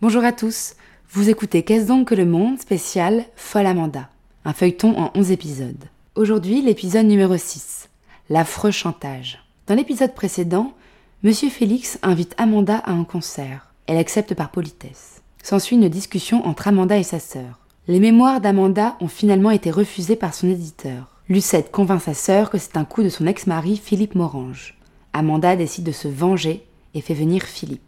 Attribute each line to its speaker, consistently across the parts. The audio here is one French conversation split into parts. Speaker 1: Bonjour à tous, vous écoutez Qu'est-ce donc que le monde spécial Folle Amanda, un feuilleton en 11 épisodes. Aujourd'hui, l'épisode numéro 6, l'affreux chantage. Dans l'épisode précédent, Monsieur Félix invite Amanda à un concert. Elle accepte par politesse. S'ensuit une discussion entre Amanda et sa sœur. Les mémoires d'Amanda ont finalement été refusées par son éditeur. Lucette convainc sa sœur que c'est un coup de son ex-mari Philippe Morange. Amanda décide de se venger et fait venir Philippe.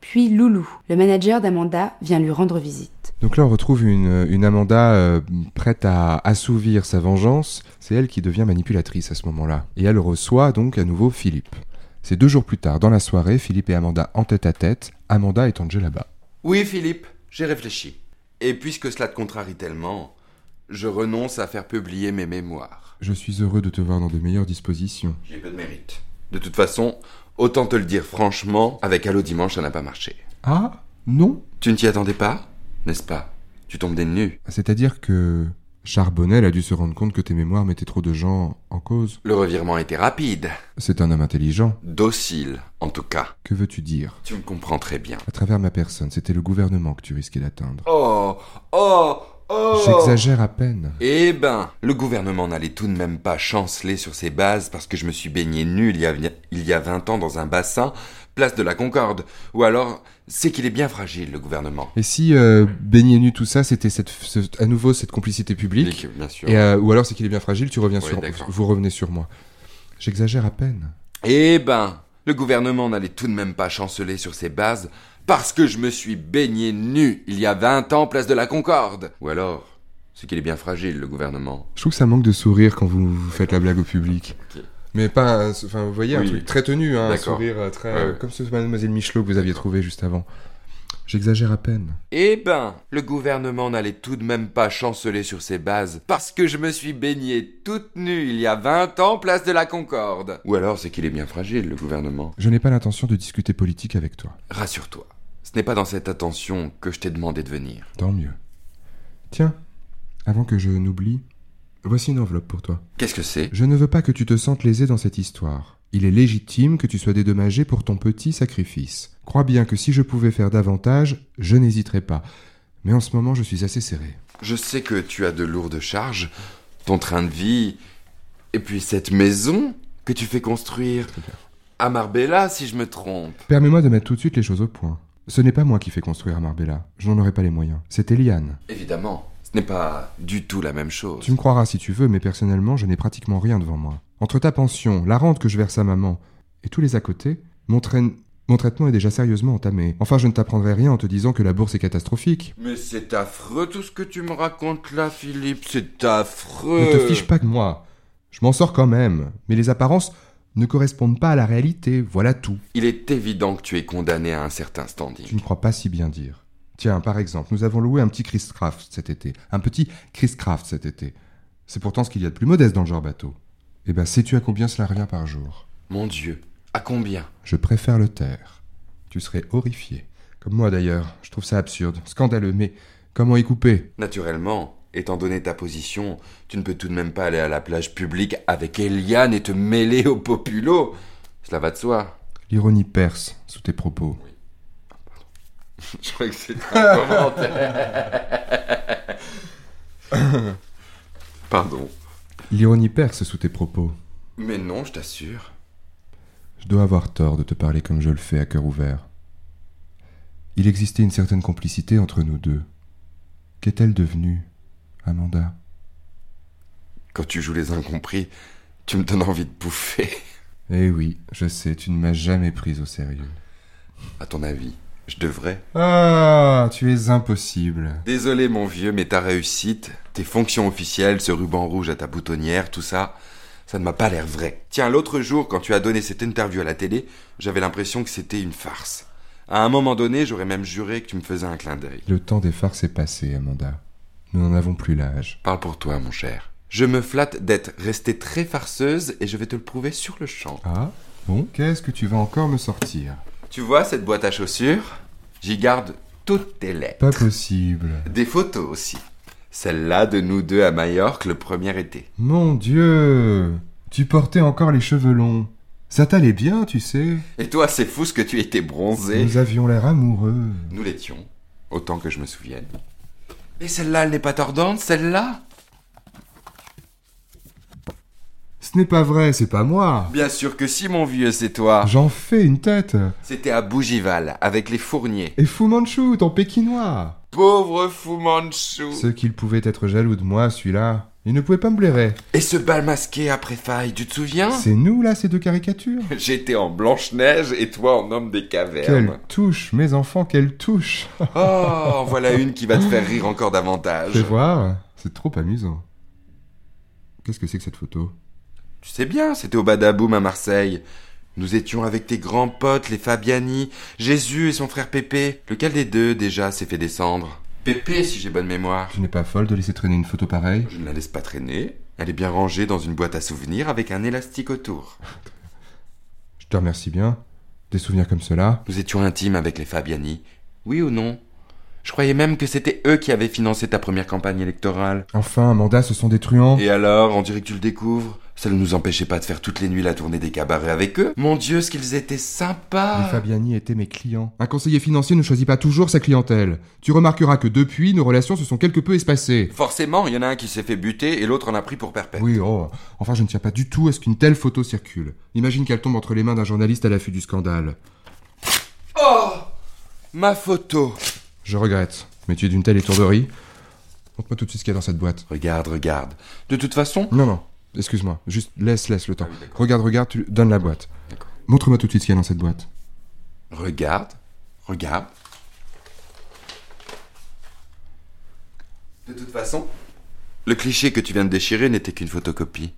Speaker 1: Puis Loulou, le manager d'Amanda, vient lui rendre visite.
Speaker 2: Donc là, on retrouve une, une Amanda euh, prête à assouvir sa vengeance. C'est elle qui devient manipulatrice à ce moment-là. Et elle reçoit donc à nouveau Philippe. C'est deux jours plus tard, dans la soirée, Philippe et Amanda en tête à tête. Amanda est là-bas.
Speaker 3: Oui, Philippe, j'ai réfléchi. Et puisque cela te contrarie tellement, je renonce à faire publier mes mémoires.
Speaker 2: Je suis heureux de te voir dans de meilleures dispositions.
Speaker 3: J'ai peu de mérite. De toute façon, autant te le dire franchement, avec Allo Dimanche, ça n'a pas marché.
Speaker 2: Ah Non
Speaker 3: Tu ne t'y attendais pas, n'est-ce pas Tu tombes des nues.
Speaker 2: C'est-à-dire que Charbonnel a dû se rendre compte que tes mémoires mettaient trop de gens en cause.
Speaker 3: Le revirement était rapide,
Speaker 2: C'est un homme intelligent.
Speaker 3: docile, en tout cas.
Speaker 2: Que veux-tu dire
Speaker 3: Tu me comprends très bien.
Speaker 2: À travers ma personne, c'était le gouvernement que tu risquais d'atteindre.
Speaker 3: Oh Oh Oh
Speaker 2: J'exagère à peine.
Speaker 3: Eh ben, le gouvernement n'allait tout de même pas chanceler sur ses bases parce que je me suis baigné nu il y a, il y a 20 ans dans un bassin, place de la Concorde. Ou alors, c'est qu'il est bien fragile, le gouvernement.
Speaker 2: Et si euh, baigner nu tout ça, c'était cette, ce- à nouveau cette complicité publique
Speaker 3: Public, bien sûr.
Speaker 2: Et, euh, ou alors c'est qu'il est bien fragile, tu reviens
Speaker 3: Oui,
Speaker 2: sur,
Speaker 3: d'accord.
Speaker 2: vous revenez sur moi. J'exagère à peine.
Speaker 3: Eh ben, le gouvernement n'allait tout de même pas chanceler sur ses bases parce que je me suis baigné nu il y a 20 ans, place de la Concorde. Ou alors, c'est qu'il est bien fragile, le gouvernement.
Speaker 2: Je trouve que ça manque de sourire quand vous, vous faites la blague au public.
Speaker 3: Ok.
Speaker 2: Mais pas, un- enfin, vous voyez, un
Speaker 3: Oui.
Speaker 2: truc très tenu, hein, un
Speaker 3: D'accord.
Speaker 2: sourire euh, très,
Speaker 3: Ouais,
Speaker 2: euh,
Speaker 3: ouais.
Speaker 2: comme ce Mademoiselle Michelot que vous aviez trouvé juste avant. J'exagère à peine.
Speaker 3: Eh ben, le gouvernement n'allait tout de même pas chanceler sur ses bases parce que je me suis baigné toute nue il y a 20 ans, place de la Concorde. Ou alors, c'est qu'il est bien fragile, le gouvernement.
Speaker 2: Je n'ai pas l'intention de discuter politique avec toi.
Speaker 3: Rassure-toi, ce n'est pas dans cette attention que je t'ai demandé de venir.
Speaker 2: Tant mieux. Tiens, avant que je n'oublie, voici une enveloppe pour toi.
Speaker 3: Qu'est-ce que c'est
Speaker 2: Je ne veux pas que tu te sentes lésé dans cette histoire. Il est légitime que tu sois dédommagé pour ton petit sacrifice. Crois bien que si je pouvais faire davantage, je n'hésiterais pas. Mais en ce moment, je suis assez serré.
Speaker 3: Je sais que tu as de lourdes charges, ton train de vie, et puis cette maison que tu fais construire à Marbella, si je me trompe.
Speaker 2: Permets-moi de mettre tout de suite les choses au point. Ce n'est pas moi qui fais construire à Marbella. Je n'en aurais pas les moyens. C'est Eliane.
Speaker 3: Évidemment, ce n'est pas du tout la même chose.
Speaker 2: Tu me croiras si tu veux, mais personnellement, je n'ai pratiquement rien devant moi. Entre ta pension, la rente que je verse à maman, et tous les à côté, mon, traîne- mon traitement est déjà sérieusement entamé. Enfin, je ne t'apprendrai rien en te disant que la bourse est catastrophique.
Speaker 3: Mais c'est affreux tout ce que tu me racontes là, Philippe, c'est
Speaker 2: Ne
Speaker 3: affreux.
Speaker 2: te fiche pas que moi. Je m'en sors quand même, mais les apparences ne correspondent pas à la réalité, voilà tout.
Speaker 3: Il est évident que tu es condamné à un certain
Speaker 2: Tu
Speaker 3: standing.
Speaker 2: ne crois pas si bien dire. Tiens, par exemple, nous avons loué un petit Chris Craft cet été. Un petit Chris Craft cet été. C'est pourtant ce qu'il y a de plus modeste dans le genre bateau. Eh ben, sais-tu à combien cela revient par jour
Speaker 3: Mon Dieu, à combien
Speaker 2: Je préfère le taire. Tu serais horrifié. Comme moi d'ailleurs, je trouve ça absurde, scandaleux, mais comment y couper
Speaker 3: Naturellement, étant donné ta position, tu ne peux tout de même pas aller à la plage publique avec Eliane et te mêler au populo. Cela va de soi.
Speaker 2: L'ironie perce sous tes propos.
Speaker 3: Je crois que c'est un commentaire. Pardon.
Speaker 2: L'ironie perce sous tes propos.
Speaker 3: Mais non, je t'assure.
Speaker 2: Je dois avoir tort de te parler comme je le fais à cœur ouvert. Il existait une certaine complicité entre nous deux. Qu'est-elle devenue, Amanda
Speaker 3: Quand tu joues les incompris, tu me donnes envie de bouffer.
Speaker 2: Eh oui, je sais, tu ne m'as jamais prise au sérieux.
Speaker 3: À ton avis, je devrais
Speaker 2: Ah, tu es impossible.
Speaker 3: Désolé mon vieux, mais ta réussite, tes fonctions officielles, ce ruban rouge à ta boutonnière, tout ça, ça ne m'a pas l'air vrai. Tiens, l'autre jour, quand tu as donné cette interview à la télé, j'avais l'impression que c'était une farce. À un moment donné, j'aurais même juré que tu me faisais un clin d'œil.
Speaker 2: Le temps des farces est passé, Amanda. Nous n'en avons plus l'âge.
Speaker 3: Parle pour toi, mon cher. Je me flatte d'être restée très farceuse et je vais te le prouver sur le champ.
Speaker 2: Ah Bon, qu'est-ce que tu vas encore me sortir
Speaker 3: Tu vois cette boîte à chaussures J'y garde toutes tes lettres.
Speaker 2: Pas possible.
Speaker 3: Des photos aussi. Celle-là de nous deux à Majorque le premier été.
Speaker 2: Mon Dieu Tu portais encore les cheveux longs. Ça t'allait bien, tu sais.
Speaker 3: Et toi, c'est fou ce que tu étais bronzé.
Speaker 2: Nous avions l'air amoureux.
Speaker 3: Nous l'étions. autant que je me souvienne. Et celle-là, elle n'est pas tordante, celle-là
Speaker 2: Ce n'est pas vrai, c'est pas moi.
Speaker 3: Bien sûr que si, mon vieux, c'est toi.
Speaker 2: J'en fais une tête.
Speaker 3: C'était à Bougival, avec les fourniers.
Speaker 2: Et Fu Manchu, ton pékinois.
Speaker 3: Pauvre fou Manchou
Speaker 2: Ce qu'il pouvait être jaloux de moi, celui-là. Il ne pouvait pas me blairer.
Speaker 3: Et ce bal masqué après faille, tu te souviens
Speaker 2: C'est nous, là, ces deux caricatures
Speaker 3: J'étais en Blanche-Neige et toi en homme des
Speaker 2: Quelle
Speaker 3: cavernes.
Speaker 2: touche, mes enfants, quelle touche
Speaker 3: Oh, en voilà une qui va te faire rire encore davantage.
Speaker 2: Fais voir, c'est trop amusant. Qu'est-ce que c'est que cette photo
Speaker 3: Tu sais bien, c'était au Badaboum à Marseille. Nous étions avec tes grands potes, les Fabiani, Jésus et son frère Pépé. Lequel des deux, déjà, s'est fait descendre Pépé, si j'ai bonne mémoire.
Speaker 2: Tu n'es pas folle de laisser traîner une photo pareille
Speaker 3: Je ne la laisse pas traîner. Elle est bien rangée dans une boîte à souvenirs avec un élastique autour.
Speaker 2: Je te remercie bien. Des souvenirs comme cela
Speaker 3: Nous étions intimes avec les Fabiani. Oui ou non Je croyais même que c'était eux qui avaient financé ta première campagne électorale.
Speaker 2: Enfin, Amanda, ce sont des truands.
Speaker 3: Et alors, on dirait que tu le découvres Ça ne nous empêchait pas de faire toutes les nuits la tournée des cabarets avec eux. Mon Dieu, ce qu'ils étaient
Speaker 2: Les
Speaker 3: sympas
Speaker 2: Fabiani étaient mes clients. Un conseiller financier ne choisit pas toujours sa clientèle. Tu remarqueras que depuis, nos relations se sont quelque peu espacées.
Speaker 3: Forcément, il y en a un qui s'est fait buter et l'autre en a pris pour perpète.
Speaker 2: Oui, oh. Enfin, je ne tiens pas du tout à ce qu'une telle photo circule. Imagine qu'elle tombe entre les mains d'un journaliste à l'affût du scandale.
Speaker 3: Oh Ma photo
Speaker 2: Je regrette. Mais tu es d'une telle étourderie. Montre-moi tout de suite ce qu'il y a dans cette boîte.
Speaker 3: Regarde, regarde. De toute façon,
Speaker 2: Non, non. Excuse-moi. Juste laisse, laisse le temps.
Speaker 3: Ah oui, d'accord.
Speaker 2: regarde, regarde, tu donnes la boîte.
Speaker 3: D'accord.
Speaker 2: Montre-moi tout de suite ce qu'il y a dans cette boîte.
Speaker 3: regarde, regarde. De toute façon, le cliché que tu viens de déchirer n'était qu'une photocopie.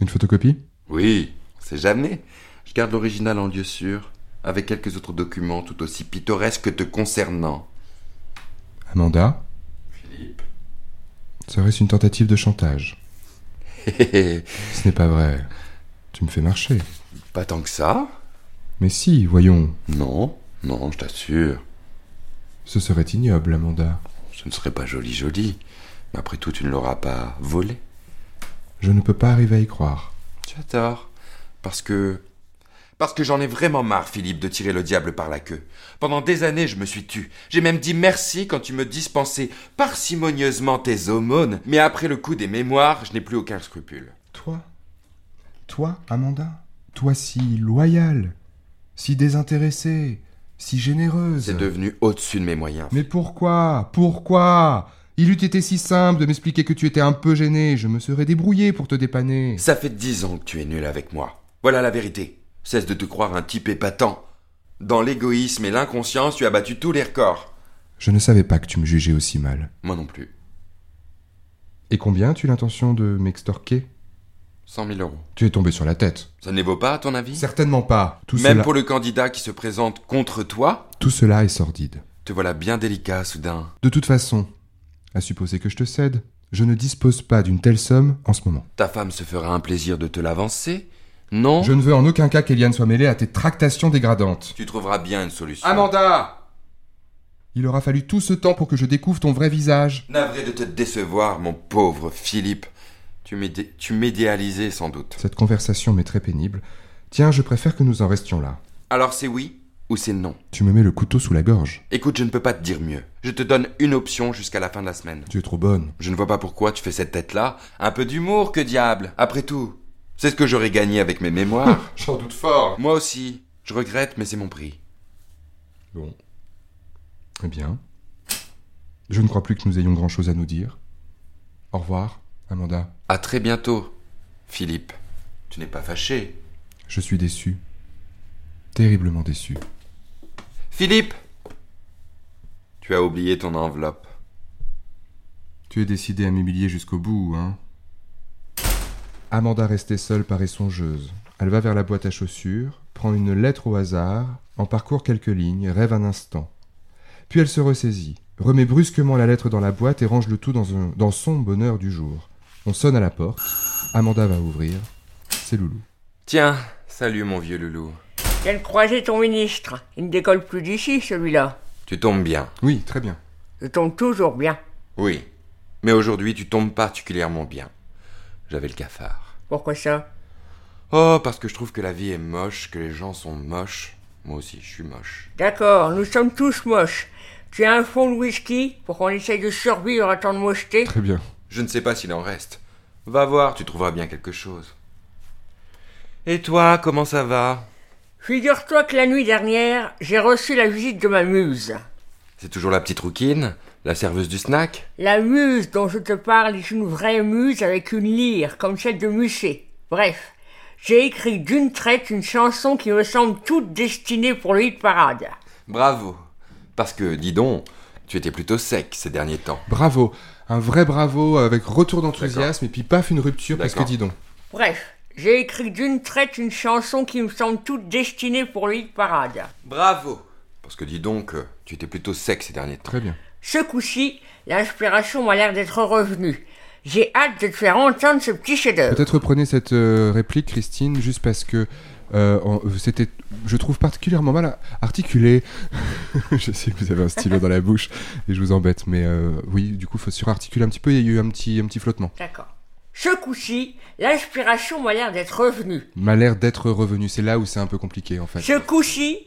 Speaker 2: Une photocopie
Speaker 3: Oui, on sait jamais. Je garde l'original en lieu sûr, avec quelques autres documents tout aussi pittoresques que te concernant.
Speaker 2: Amanda
Speaker 3: Philippe
Speaker 2: Serait-ce une tentative de chantage Ce n'est pas vrai. Tu me fais marcher.
Speaker 3: Pas tant que ça
Speaker 2: Mais si, voyons.
Speaker 3: Non, non, je t'assure.
Speaker 2: Ce serait ignoble, Amanda.
Speaker 3: Ce ne serait pas joli joli. Mais après tout, tu ne l'auras pas volé.
Speaker 2: Je ne peux pas arriver à y croire.
Speaker 3: Tu as tort. Parce que... Parce que j'en ai vraiment marre, Philippe, de tirer le diable par la queue. Pendant des années, je me suis tu. J'ai même dit merci quand tu me dispensais parcimonieusement tes aumônes, mais après le coup des mémoires, je n'ai plus aucun scrupule.
Speaker 2: Toi Toi, Amanda Toi si loyale, si désintéressée, si généreuse.
Speaker 3: C'est devenu au-dessus de mes moyens.
Speaker 2: Mais pourquoi Pourquoi Il eût été si simple de m'expliquer que tu étais un peu gêné, je me serais débrouillé pour te dépanner.
Speaker 3: Ça fait dix ans que tu es nul avec moi. Voilà la vérité. Cesse de te croire un type épatant. Dans l'égoïsme et l'inconscience, tu as battu tous les records.
Speaker 2: Je ne savais pas que tu me jugeais aussi mal.
Speaker 3: Moi non plus.
Speaker 2: Et combien tu as l'intention de m'extorquer
Speaker 3: Cent mille euros.
Speaker 2: Tu es tombé sur la tête.
Speaker 3: Ça ne les vaut pas, à ton avis
Speaker 2: Certainement pas. Tout,
Speaker 3: Même
Speaker 2: cela,
Speaker 3: pour le candidat qui se présente contre toi,
Speaker 2: tout cela est sordide.
Speaker 3: te voilà bien délicat soudain.
Speaker 2: De toute façon, à supposer que je te cède, je ne dispose pas d'une telle somme en ce moment.
Speaker 3: Ta femme se fera un plaisir de te l'avancer Non
Speaker 2: Je ne veux en aucun cas qu'Eliane soit mêlée à tes tractations dégradantes.
Speaker 3: Tu trouveras bien une
Speaker 2: Ah,
Speaker 3: solution.
Speaker 2: Amanda Il aura fallu tout ce temps pour que je découvre ton vrai visage.
Speaker 3: Navré de te décevoir, mon pauvre Philippe. Tu m'idé- tu m'idéalisais sans doute.
Speaker 2: Cette conversation m'est très pénible. Tiens, je préfère que nous en restions là.
Speaker 3: Alors c'est oui ou c'est non
Speaker 2: Tu me mets le couteau sous la gorge.
Speaker 3: Écoute, je ne peux pas te dire mieux. Je te donne une option jusqu'à la fin de la semaine.
Speaker 2: Tu es trop bonne.
Speaker 3: Je ne vois pas pourquoi tu fais cette tête-là. Un peu d'humour, que diable Après tout, c'est ce que j'aurais gagné avec mes mémoires.
Speaker 2: J'en doute fort.
Speaker 3: Moi aussi, je regrette, mais c'est mon prix.
Speaker 2: Bon. Eh bien. Je ne crois plus que nous ayons grand-chose à nous dire. Au revoir, Amanda.
Speaker 3: À très bientôt, Philippe. Tu n'es pas fâché
Speaker 2: Je suis déçu. Terriblement déçu.
Speaker 3: Philippe Tu as oublié ton enveloppe.
Speaker 2: Tu es décidé à m'humilier jusqu'au bout, hein Amanda restait seule paraît songeuse. Elle va vers la boîte à chaussures, prend une lettre au hasard, en parcourt quelques lignes, rêve un instant. Puis elle se ressaisit, remet brusquement la lettre dans la boîte et range le tout dans, un- dans son bonheur du jour. On sonne à la porte. Amanda va ouvrir. C'est Loulou.
Speaker 3: Tiens, salut mon vieux loulou.
Speaker 4: Quelle croisée ton ministre Il ne décolle plus d'ici, celui-là.
Speaker 3: Tu tombes bien.
Speaker 2: Oui, très bien.
Speaker 4: Je tombe toujours bien.
Speaker 3: Oui. Mais aujourd'hui, tu tombes particulièrement bien. J'avais le cafard.
Speaker 4: Pourquoi ça
Speaker 3: Oh, parce que je trouve que la vie est moche, que les gens sont moches. Moi aussi, je suis moche.
Speaker 4: D'accord, nous sommes tous moches. Tu as un fond de whisky pour qu'on essaye de survivre à tant de mocheté
Speaker 2: Très bien.
Speaker 3: Je ne sais pas s'il en reste. Va voir, tu trouveras bien quelque chose. Et toi, comment ça va
Speaker 4: Figure-toi que la nuit dernière, j'ai reçu la visite de ma muse.
Speaker 3: C'est toujours la petite rouquine La serveuse du snack
Speaker 4: La muse dont je te parle est une vraie muse avec une lyre, comme celle de Musset. Bref, j'ai écrit d'une traite une chanson qui me semble toute destinée pour le hit parade.
Speaker 3: Bravo Parce que, dis donc, tu étais plutôt sec ces derniers temps.
Speaker 2: Bravo. Un vrai bravo avec retour d'enthousiasme et puis paf une rupture parce que
Speaker 3: D'accord.
Speaker 2: dis donc.
Speaker 4: Bref, j'ai écrit d'une traite une chanson qui me semble toute destinée pour le hit parade.
Speaker 3: Bravo Parce que, dis donc, euh, tu étais plutôt sec ces derniers temps.
Speaker 2: Très bien.
Speaker 4: Ce coup-ci, l'inspiration m'a l'air d'être revenue. J'ai hâte de te faire entendre ce petit chef-d'œuvre.
Speaker 2: Peut-être reprenez cette euh, réplique, Christine, juste parce que euh, en- euh, c'était, je trouve particulièrement mal a- articulé. je sais que vous avez un stylo dans la bouche et je vous embête, mais euh, oui, du coup, faut surarticuler un petit peu. Il y a eu un petit, un petit flottement.
Speaker 4: D'accord. Ce coup-ci, l'inspiration m'a l'air d'être revenue.
Speaker 2: M'a l'air d'être revenu. C'est là où c'est un peu compliqué, en fait.
Speaker 4: Ce coup-ci,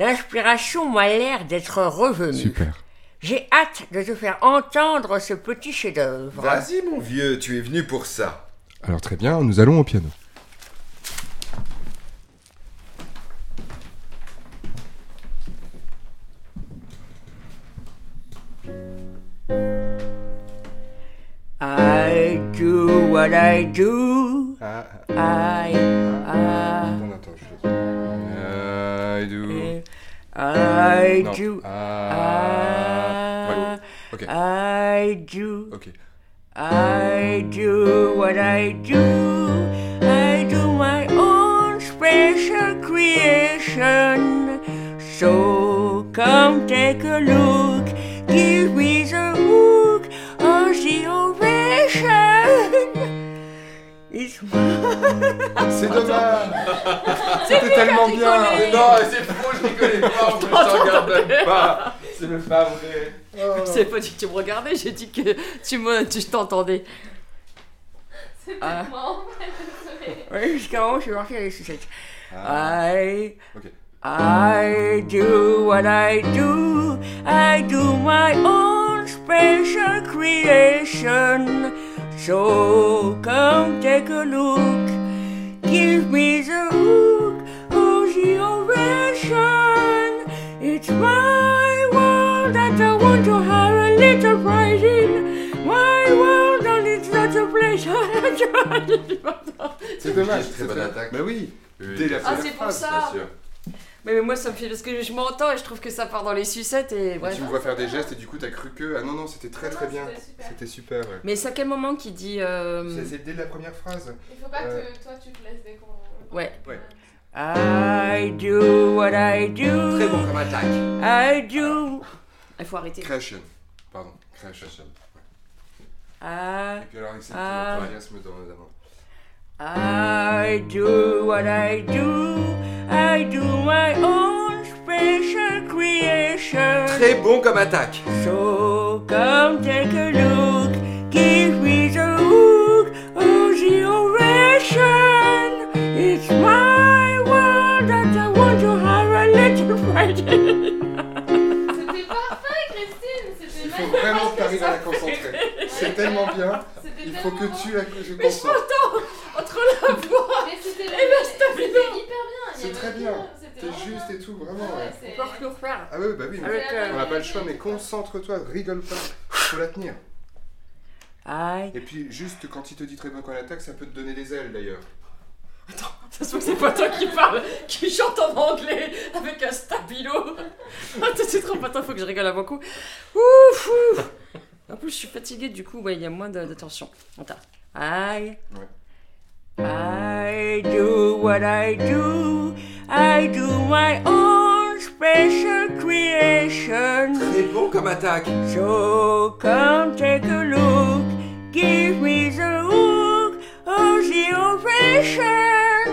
Speaker 4: l'inspiration m'a l'air d'être revenue.
Speaker 2: Super.
Speaker 4: J'ai hâte de te faire entendre ce petit chef-d'œuvre.
Speaker 3: Vas-y, mon vieux, tu es venu pour ça.
Speaker 2: Alors très bien, nous allons au piano.
Speaker 4: I do what I
Speaker 3: Euh,
Speaker 4: do. I, I, I
Speaker 2: Non.
Speaker 4: do.
Speaker 3: uh,
Speaker 2: Ah.
Speaker 4: I,
Speaker 2: Ok.
Speaker 4: I do.
Speaker 2: Ok.
Speaker 4: I do what I do. I do my own special creation. So come take a look. Give me the hook of the ovation. It's
Speaker 2: C'est dommage. C'était tellement bien.
Speaker 3: Non, c'est faux, je rigolais pas, on ne regarde même pas. C'est le pas vrai.
Speaker 5: C'est pas dit que tu me regardais, j'ai dit que tu me, tu je t'entendais.
Speaker 4: Oui, jusqu'à un moment, je suis parti à les sucettes. I,
Speaker 2: Ok.
Speaker 4: I do what I do. I do my own special creation. So come take a look. Give me the hook of the ovation. It's my world that I want to have a little pride in. My world and it's not a place I enjoy.
Speaker 2: C'est
Speaker 3: dommage, très bonne attaque.
Speaker 2: Bah oui.
Speaker 3: Dès la
Speaker 5: Ah,
Speaker 3: première
Speaker 5: c'est pour
Speaker 3: phrase,
Speaker 5: ça.
Speaker 3: bien sûr.
Speaker 5: Mais, mais moi, ça me fait parce que je m'entends et je trouve que ça part dans les sucettes et bref.
Speaker 2: Tu me vois faire des gestes et du coup t'as cru que. Ah non, non, c'était très très bien. C'était super. ouais.
Speaker 5: Mais c'est à quel moment qui dit euh,
Speaker 2: C'est- C'est dès la première phrase.
Speaker 6: Il faut pas
Speaker 2: Euh.
Speaker 6: que toi tu te laisses dès qu'on.
Speaker 5: Ouais.
Speaker 2: Ouais.
Speaker 4: I do what I do.
Speaker 3: Très bon comme attaque.
Speaker 4: I do.
Speaker 5: Il faut arrêter.
Speaker 2: Creation. Pardon. Creation.
Speaker 4: I,
Speaker 2: Et puis alors, c'est
Speaker 4: Ah.
Speaker 2: l'enthousiasme dans la main.
Speaker 4: I do what I do. I do my own special creation.
Speaker 3: Très bon comme attaque.
Speaker 4: So come take a look. Give me the hook of the ovation. It's my world that I want to have a little pride in.
Speaker 6: C'était parfait, Christine C'était
Speaker 2: Il faut
Speaker 6: magnifique
Speaker 2: vraiment que t'arrives à la concentrer. C'est tellement bien.
Speaker 6: C'était
Speaker 2: Il faut
Speaker 6: tellement
Speaker 2: que tu la je
Speaker 5: Mais je
Speaker 2: concentres.
Speaker 5: m'entends entre la voix.
Speaker 6: bon. Mais c'était
Speaker 5: ben,
Speaker 6: mais c'était hyper bien il y
Speaker 2: C'est
Speaker 6: avait
Speaker 2: très
Speaker 6: rien,
Speaker 2: bien.
Speaker 6: c'était
Speaker 2: T'es
Speaker 6: vraiment
Speaker 2: juste
Speaker 6: bien.
Speaker 2: et tout,
Speaker 6: Ouais,
Speaker 2: vraiment. ouais.
Speaker 6: c'est-
Speaker 5: On peut le refaire.
Speaker 2: Ah ouais, bah oui. mais
Speaker 5: Avec, euh,
Speaker 2: On n'a pas le choix, mais concentre-toi, rigole pas. Faut la tenir.
Speaker 4: I
Speaker 2: Et puis, juste quand il te dit très bon qu'on attaque, ça peut te donner des ailes d'ailleurs.
Speaker 5: Ça se trouve que c'est pas toi qui parle, qui chante en anglais avec un stabilo. Attends, c'est trop pas toi, faut que je rigole un bon coup. Ouf, ouf. En plus, je suis fatiguée, du coup, ouais, il y a moins de, de tension. Attends.
Speaker 4: I
Speaker 2: Ouais.
Speaker 4: I do what I do. I do my own special creation.
Speaker 3: Très bon comme attaque.
Speaker 4: So come take a look. Give me the hook of the ovation.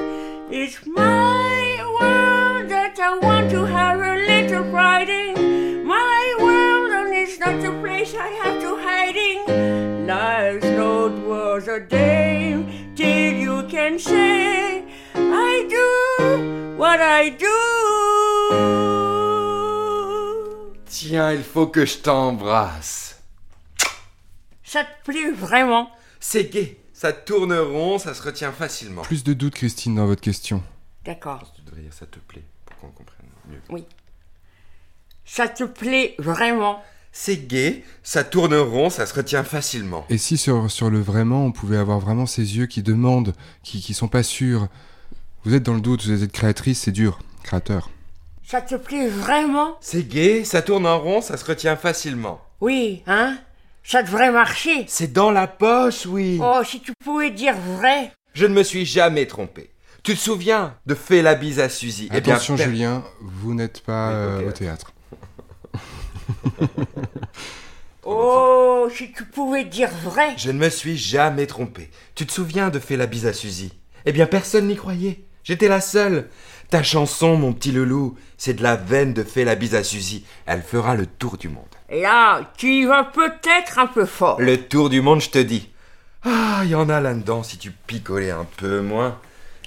Speaker 4: It's my world that I want to have a little pride in. My world, and it's not the place I have to hide in. Life's road was a day till you can say, I do what I do.
Speaker 5: Tiens.
Speaker 3: Tiens, il faut que je t'embrasse.
Speaker 4: Ça te plaît vraiment
Speaker 3: C'est gai. Ça tourne rond, ça se retient facilement.
Speaker 2: Plus de doutes, Christine, dans votre question.
Speaker 4: D'accord.
Speaker 3: Tu devrais dire ça te plaît pour qu'on comprenne mieux.
Speaker 4: Ça te plaît vraiment
Speaker 3: C'est gai, ça tourne rond, ça se retient facilement.
Speaker 2: Et si sur, sur le vraiment, on pouvait avoir vraiment ces yeux qui demandent, qui, qui sont pas sûrs Vous êtes dans le doute, vous êtes créatrice, c'est dur. Créateur.
Speaker 4: Ça te plaît vraiment
Speaker 3: C'est gai, ça tourne en rond, ça se retient facilement.
Speaker 4: Oui, hein Ça devrait marcher.
Speaker 3: C'est dans la poche, oui.
Speaker 4: Oh, si tu pouvais dire vrai.
Speaker 3: Je ne me suis jamais trompé. Tu te souviens de Fais la bise à Suzy Eh bien,
Speaker 2: Attention,
Speaker 3: per-
Speaker 2: Julien, vous n'êtes pas
Speaker 3: Oui, au
Speaker 2: euh, au
Speaker 3: théâtre.
Speaker 2: théâtre.
Speaker 4: Oh, si tu pouvais dire vrai.
Speaker 3: Je ne me suis jamais trompé. Tu te souviens de Fais la bise à Suzy Eh bien, personne n'y croyait. J'étais la seule. Ta chanson, mon petit loulou, c'est de la veine de Fais la bise à Suzy. Elle fera le tour du monde.
Speaker 4: Là, tu y vas peut-être un peu fort.
Speaker 3: Le tour du monde, je te dis. Ah, il y en a là-dedans, si tu picolais un peu moins.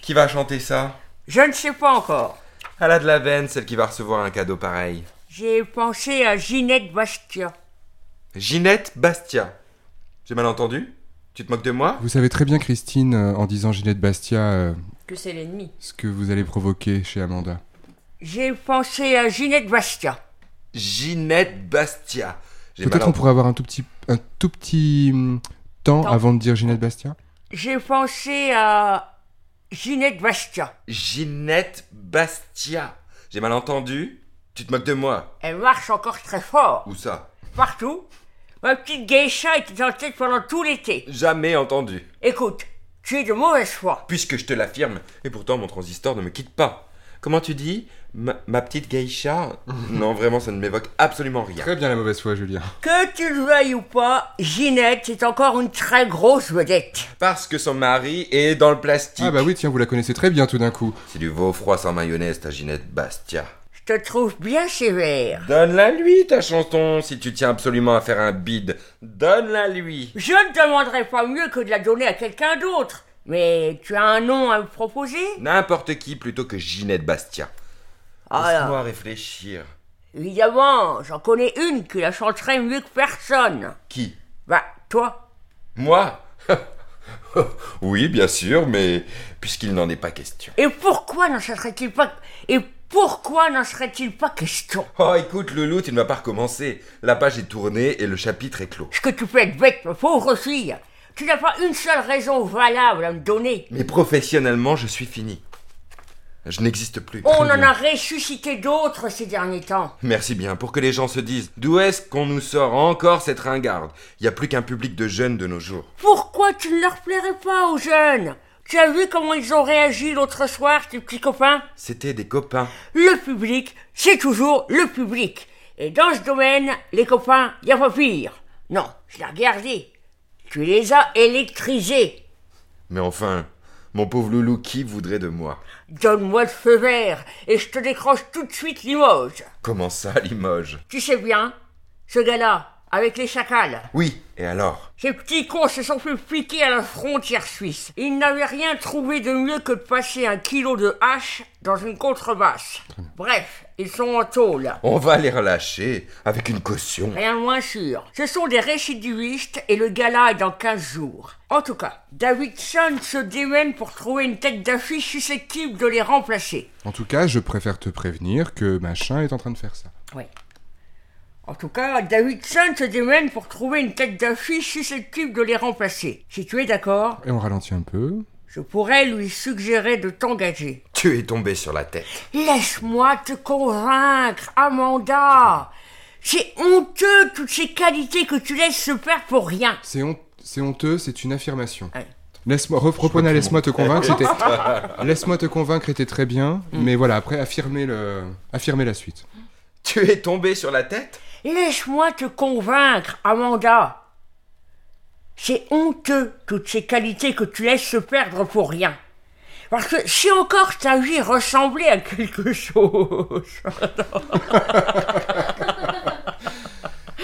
Speaker 3: Qui va chanter ça
Speaker 4: Je ne sais pas encore.
Speaker 3: Elle a de la veine, celle qui va recevoir un cadeau pareil.
Speaker 4: J'ai pensé à Ginette Bastia.
Speaker 3: Ginette Bastia. J'ai mal entendu Tu te moques de moi
Speaker 2: Vous savez très bien, Christine, euh, en disant Ginette Bastia, euh,
Speaker 5: Que c'est l'ennemi.
Speaker 2: ce que vous allez provoquer chez Amanda.
Speaker 4: J'ai pensé à Ginette Bastia.
Speaker 3: Ginette Bastia. J'ai mal
Speaker 2: Peut-être on pourrait avoir un tout petit, un tout petit hum, temps
Speaker 5: Temps.
Speaker 2: avant de dire Ginette Bastia
Speaker 4: J'ai pensé à Ginette Bastia.
Speaker 3: Ginette Bastia. J'ai mal entendu Tu te moques de moi
Speaker 4: Elle marche encore très fort.
Speaker 3: Où ça
Speaker 4: Partout. Ma petite geisha était en tête pendant tout l'été.
Speaker 3: Jamais entendu.
Speaker 4: Écoute, tu es de mauvaise foi.
Speaker 3: Puisque je te l'affirme, et pourtant mon transistor ne me quitte pas. Comment tu dis Ma, ma petite geisha Non, vraiment, ça ne m'évoque absolument rien.
Speaker 2: Très bien la mauvaise foi, Julien.
Speaker 4: Que tu le veuilles ou pas, Ginette est encore une très grosse vedette.
Speaker 3: Parce que son mari est dans le plastique.
Speaker 2: Ah bah oui, tiens, vous la connaissez très bien tout d'un coup.
Speaker 3: C'est du veau froid sans mayonnaise, ta Ginette Bastia.
Speaker 4: Je te trouve bien sévère.
Speaker 3: Donne-la lui, ta chanson, si tu tiens absolument à faire un bide. Donne-la lui.
Speaker 4: Je ne demanderais pas mieux que de la donner à quelqu'un d'autre. Mais tu as un nom à me proposer
Speaker 3: N'importe qui plutôt que Ginette Bastia.
Speaker 4: Alors,
Speaker 3: Laisse-moi réfléchir.
Speaker 4: évidemment, j'en connais une qui la chanterait mieux que personne.
Speaker 3: Qui
Speaker 4: Bah, toi.
Speaker 3: Moi Oui, bien sûr, mais puisqu'il n'en est pas question.
Speaker 4: Et pourquoi n'en serait-il pas... Et pourquoi n'en serait-il pas question
Speaker 3: Oh, écoute, Loulou, tu ne vas pas recommencer. La page est tournée et le chapitre est clos.
Speaker 4: Est-ce que tu peux être bête, ma pauvre fille Tu n'as pas une seule raison valable à me donner.
Speaker 3: Mais professionnellement, je suis fini. Je n'existe plus.
Speaker 4: On
Speaker 2: bien.
Speaker 4: en a ressuscité d'autres ces derniers temps.
Speaker 3: Merci bien, pour que les gens se disent d'où est-ce qu'on nous sort encore cette ringarde Il n'y a plus qu'un public de jeunes de nos jours.
Speaker 4: Pourquoi tu ne leur plairais pas aux jeunes Tu as vu comment ils ont réagi l'autre soir, tes petits copains
Speaker 3: C'était des copains.
Speaker 4: Le public, c'est toujours le public. Et dans ce domaine, les copains, y a pas pire. Non, je l'ai regardé. Tu les as électrisés.
Speaker 3: Mais enfin, mon pauvre Loulou, qui voudrait de moi
Speaker 4: Donne-moi le feu vert et je te décroche tout de suite Limoges.
Speaker 3: Comment ça, Limoges
Speaker 4: Tu sais bien, ce gars-là, avec les chacals,
Speaker 3: Oui, et alors
Speaker 4: ces petits cons se sont fait piquer à la frontière suisse. Ils n'avaient rien trouvé de mieux que de passer un kilo de hache dans une contrebasse. Bref, ils sont en tôle.
Speaker 3: On va les relâcher avec une caution.
Speaker 4: Rien de moins sûr. Ce sont des récidivistes et le gala est dans 15 jours. En tout cas, Davidson se démène pour trouver une tête d'affiche susceptible de les remplacer.
Speaker 2: En tout cas, je préfère te prévenir que machin est en train de faire ça.
Speaker 4: En tout cas, Davidson se démène pour trouver une tête d'affiche susceptible de les remplacer. Si tu es d'accord,
Speaker 2: Et on ralentit un peu.
Speaker 4: je pourrais lui suggérer de t'engager.
Speaker 3: Tu es tombé sur la tête.
Speaker 4: Laisse-moi te convaincre, Amanda. C'est honteux toutes ces qualités que tu laisses se perdre pour rien.
Speaker 2: C'est hon- c'est honteux, c'est une affirmation.
Speaker 4: Ouais.
Speaker 2: Laisse-moi, reprenez, laisse-moi te convaincre, c'était... laisse-moi te convaincre était très bien,
Speaker 5: Mm.
Speaker 2: mais voilà, après, affirmez, le... affirmez la suite.
Speaker 3: Tu es tombé sur la tête
Speaker 4: Laisse-moi te convaincre, Amanda. C'est honteux toutes ces qualités que tu laisses se perdre pour rien. Parce que si encore ta vie ressemblait à quelque chose.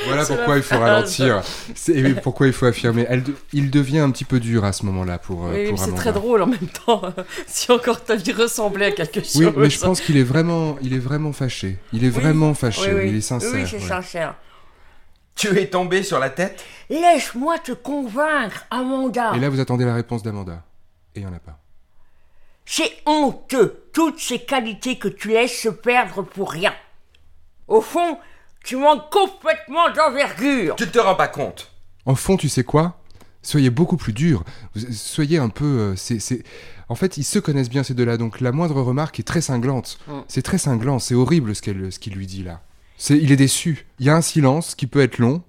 Speaker 2: Voilà
Speaker 5: C'est
Speaker 2: pourquoi
Speaker 5: la
Speaker 2: il faut
Speaker 5: phrase.
Speaker 2: ralentir. C'est et pourquoi il faut affirmer. Elle de- Il devient un petit peu dur à ce moment-là pour, euh,
Speaker 5: Oui, mais
Speaker 2: pour
Speaker 5: c'est
Speaker 2: Amanda.
Speaker 5: très drôle en même temps. si encore ta vie ressemblait à quelque chose.
Speaker 2: Oui, mais je pense qu'il est vraiment, il est vraiment fâché. Il est vraiment fâché.
Speaker 5: Oui, oui.
Speaker 2: Il est
Speaker 5: Oui,
Speaker 2: sincère.
Speaker 5: oui, c'est
Speaker 2: ouais.
Speaker 5: sincère.
Speaker 3: Tu es tombé sur la tête
Speaker 4: Laisse-moi te convaincre, Amanda.
Speaker 2: Et là, vous attendez la réponse d'Amanda. Et il n'y en a pas.
Speaker 4: C'est honteux, toutes ces qualités que tu laisses se perdre pour rien. Au fond, tu manques complètement d'envergure.
Speaker 3: Tu te rends pas compte
Speaker 2: En fond, tu sais quoi Soyez beaucoup plus dur. Soyez un peu. euh, c'est, c'est- En fait, ils se connaissent bien ces deux-là, donc la moindre remarque est très cinglante.
Speaker 5: Mm.
Speaker 2: C'est très cinglant, c'est horrible ce, qu'elle, ce qu'il lui dit là. C'est, il est déçu. Il y a un silence qui peut être long,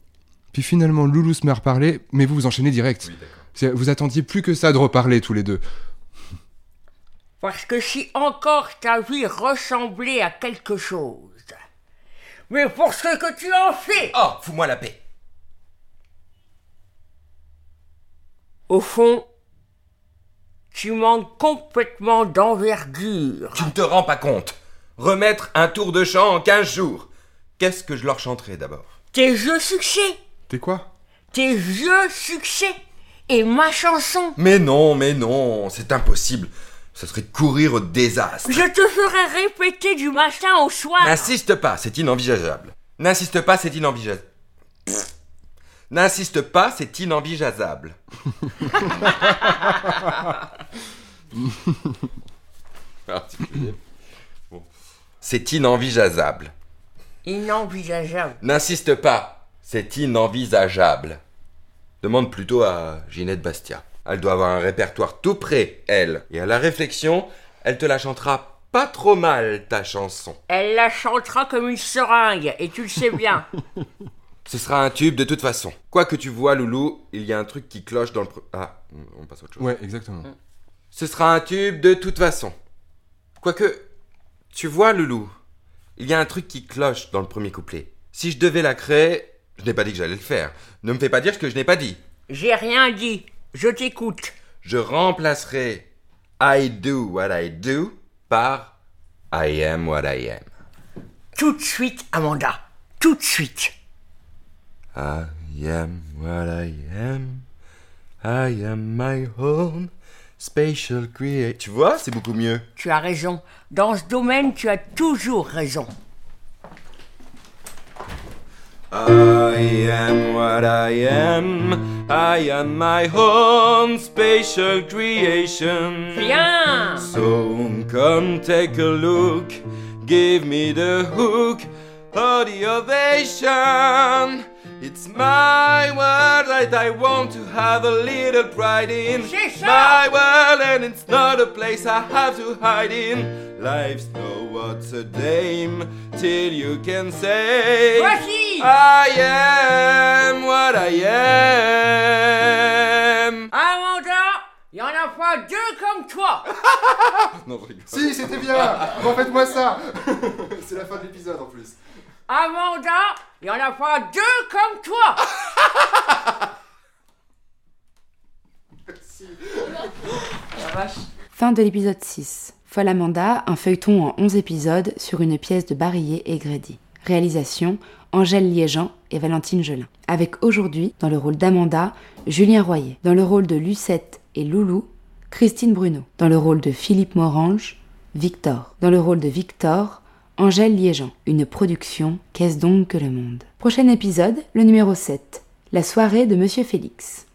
Speaker 2: puis finalement Loulou se met à reparler, mais vous vous enchaînez direct. C'est- vous attendiez plus que ça de reparler tous les deux.
Speaker 4: Parce que si encore ta vie ressemblait à quelque chose. Mais pour ce que tu en fais,
Speaker 3: Oh, fous-moi la paix
Speaker 4: au fond, tu manques complètement d'envergure.
Speaker 3: Tu ne te rends pas compte Remettre un tour de chant en 15 jours Qu'est-ce que je leur chanterai d'abord
Speaker 4: Tes vieux succès,
Speaker 2: T'es quoi
Speaker 4: tes vieux succès et ma chanson.
Speaker 3: Mais non, mais non, c'est impossible Ce serait courir au désastre
Speaker 4: Je te ferai répéter du matin au soir.
Speaker 3: N'insiste pas, c'est inenvisageable. N'insiste pas, c'est inenvisageable. N'insiste pas, c'est inenvisageable. Particulier. Bon. C'est inenvisageable.
Speaker 4: Inenvisageable.
Speaker 3: N'insiste pas, c'est inenvisageable. Demande plutôt à Ginette Bastia. Elle doit avoir un répertoire tout prêt, elle. Et à la réflexion, elle te la chantera pas trop mal, ta chanson.
Speaker 4: Elle la chantera comme une seringue, et tu le sais bien.
Speaker 3: Ce sera un tube de toute façon. Quoi que tu vois, Loulou, il y a un truc qui cloche dans le... pre- Ah, on- on passe à autre chose.
Speaker 2: Ouais, exactement.
Speaker 3: Ce sera un tube de toute façon. Quoique, tu vois, Loulou, il y a un truc qui cloche dans le premier couplet. Si je devais la créer, je n'ai pas dit que j'allais le faire. Ne me fais pas dire ce que je n'ai pas dit.
Speaker 4: J'ai rien dit, je t'écoute.
Speaker 3: Je remplacerai I do what I do par I am what I am.
Speaker 4: Tout de suite, Amanda. Tout de suite.
Speaker 3: I am what I am. I am my own spatial create. Tu vois, c'est beaucoup mieux.
Speaker 4: Tu as raison. Dans ce domaine, tu as toujours raison.
Speaker 3: I am what I am. I am my own spatial creation.
Speaker 4: Bien
Speaker 3: So come take a look. Give me the hook or the ovation. It's my world that I want to have a little pride in.
Speaker 4: C'est ça.
Speaker 3: My world and it's not a place I have to hide in. Life's no what's a dame till you can say.
Speaker 4: Voici
Speaker 3: I am what I am.
Speaker 4: Amanda, il n'y en a pas deux comme toi
Speaker 3: Non, je rigole.
Speaker 2: Si, c'était bien Refaites-moi ça C'est la fin de l'épisode en plus.
Speaker 4: Amanda, il n'y en a pas deux comme toi
Speaker 1: Fin de l'épisode 6. Folle Amanda, un feuilleton en 11 épisodes sur une pièce de Barillet et Grédy. Réalisation Angèle Liégeant et Valentine Gelin. Avec aujourd'hui, dans le rôle d'Amanda, Julien Royer. Dans le rôle de Lucette et Loulou, Christine Bruno. Dans le rôle de Philippe Morange, Victor. Dans le rôle de Victor, Angèle Liégeant. Une production Qu'est-ce donc que le monde Prochain épisode, le numéro 7. La soirée de Monsieur Félix.